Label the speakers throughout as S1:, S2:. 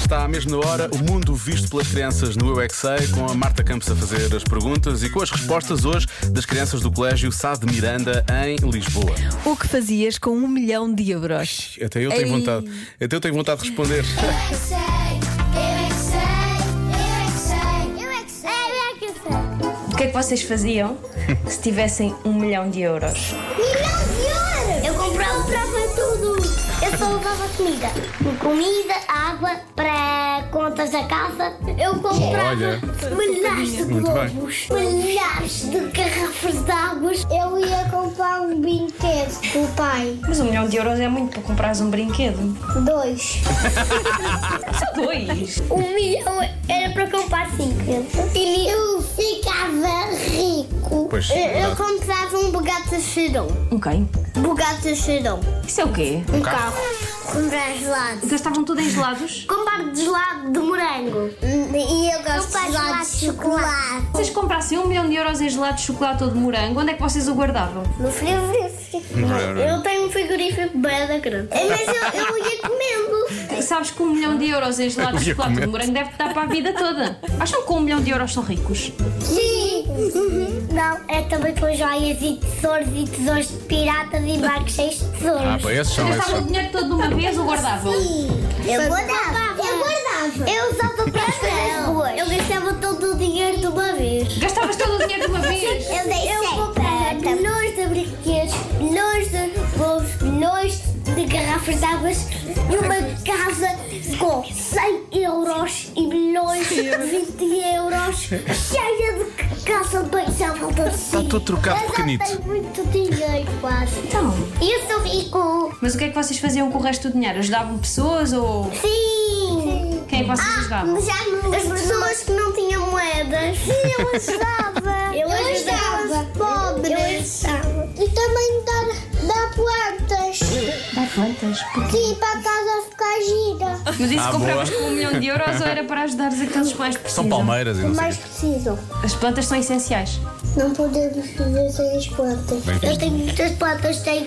S1: Está à mesma hora o mundo visto pelas crianças no Eu é Que Sei, com a Marta Campos a fazer as perguntas e com as respostas hoje das crianças do Colégio Sá de Miranda, em Lisboa.
S2: O que fazias com um milhão de euros?
S1: Até eu tenho
S2: Ei.
S1: vontade, até eu tenho vontade de responder.
S3: Eu é que sei, eu é que sei, eu é que sei, eu é que sei, eu é que sei.
S4: O que é que vocês faziam se tivessem um milhão de euros?
S3: Milhão de euros! Eu comprava, comprava tudo. Eu só levava comida. Comida, água, para contas da casa. Eu comprava
S1: Olha.
S3: milhares de
S1: Muito bem.
S3: globos, milhares de garrafas de água. Eu ia comprar um brinquedo com o pai.
S4: Mas um milhão de euros é muito para comprares um brinquedo.
S3: Dois.
S4: Só dois!
S3: Um milhão era para comprar cinco. E eu ficava rico.
S1: Pois,
S3: eu,
S1: verdade.
S3: eu comprava um Bugatti Chiron.
S4: Um quem?
S3: Bugatti Chiron.
S4: Isso é o quê?
S3: Um carro. Comprar gelado.
S4: Gastavam tudo em gelados?
S3: Comprar um de gelado de morango. E eu gosto de gelado de chocolate.
S4: Se vocês comprassem um milhão de euros em gelado de chocolate ou de morango, onde é que vocês o guardavam?
S3: No frigorífico.
S1: Não. é. Eu
S3: tenho um frigorífico bem da grande. É, Mas eu, eu ia comendo.
S4: Sabes que um milhão de euros em gelado
S1: Eu
S4: de
S1: ia
S4: chocolate ou de
S1: comer.
S4: morango deve dar para a vida toda. Acham que com um milhão de euros são ricos?
S3: Sim. Não, é também com joias e tesouros e tesouros de piratas e barcos cheios de tesouros.
S1: Ah, pá, esses são, esses
S4: Gastavam o
S1: são.
S4: dinheiro todo de uma vez ou guardavam?
S3: Eu guardava. Eu guardava. Eu usava para as coisas boas. Eu gastava todo o dinheiro de uma vez.
S4: Gastavas todo o dinheiro de uma vez?
S3: Eu deixei. Eu comprava milhões de brinquedos, milhões de bolos, milhões de garrafas de águas e uma casa com 100 euros e milhões de 20 euros cheia de casa bem à volta de si. Está
S1: tudo trocado pequenito.
S3: Eu já tenho muito dinheiro quase.
S4: Então,
S3: E eu sou rico.
S4: mas o que é que vocês faziam com o resto do dinheiro? Ajudavam pessoas ou
S3: Sim. Ah,
S4: quem é que vocês ajudavam?
S3: As pessoas que não tinham moedas. Sim, eu ajudava. eu ajudava. os Pobres. E também dar, dar plantas.
S4: Dá plantas?
S3: Sim, para a casa ficar gira.
S4: Mas isso
S1: Ah,
S4: compravas
S1: boa.
S4: com um milhão de euros ou era para ajudares aqueles que mais precisam?
S1: São palmeiras e não sei. o quê.
S3: precisam.
S4: As plantas são essenciais.
S3: Não podemos viver sem as plantas.
S1: Bem visto.
S3: Eu tenho muitas plantas, tenho,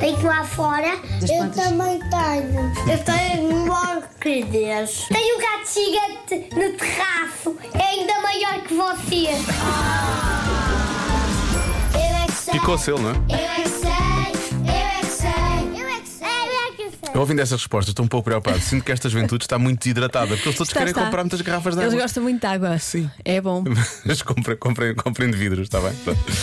S3: tenho lá fora.
S4: Das
S3: eu
S4: plantas?
S3: também tenho. Eu tenho um mórquidas. Tenho um gato gigante no terraço. É ainda maior que você. Eu é que sei.
S1: Picou-se ele, não é?
S3: Eu é que sei. Eu é que sei. Eu é que sei. Eu é que sei.
S1: Eu ouvindo estas respostas estou um pouco preocupado. Sinto que esta juventude está muito desidratada, porque eles todos
S2: Está,
S1: querem
S2: está.
S1: comprar muitas garrafas de
S2: Eles
S1: água.
S2: gostam muito de água.
S1: Sim.
S2: É bom.
S1: Mas comprem, comprem, comprem de vidros, está bem? Pronto.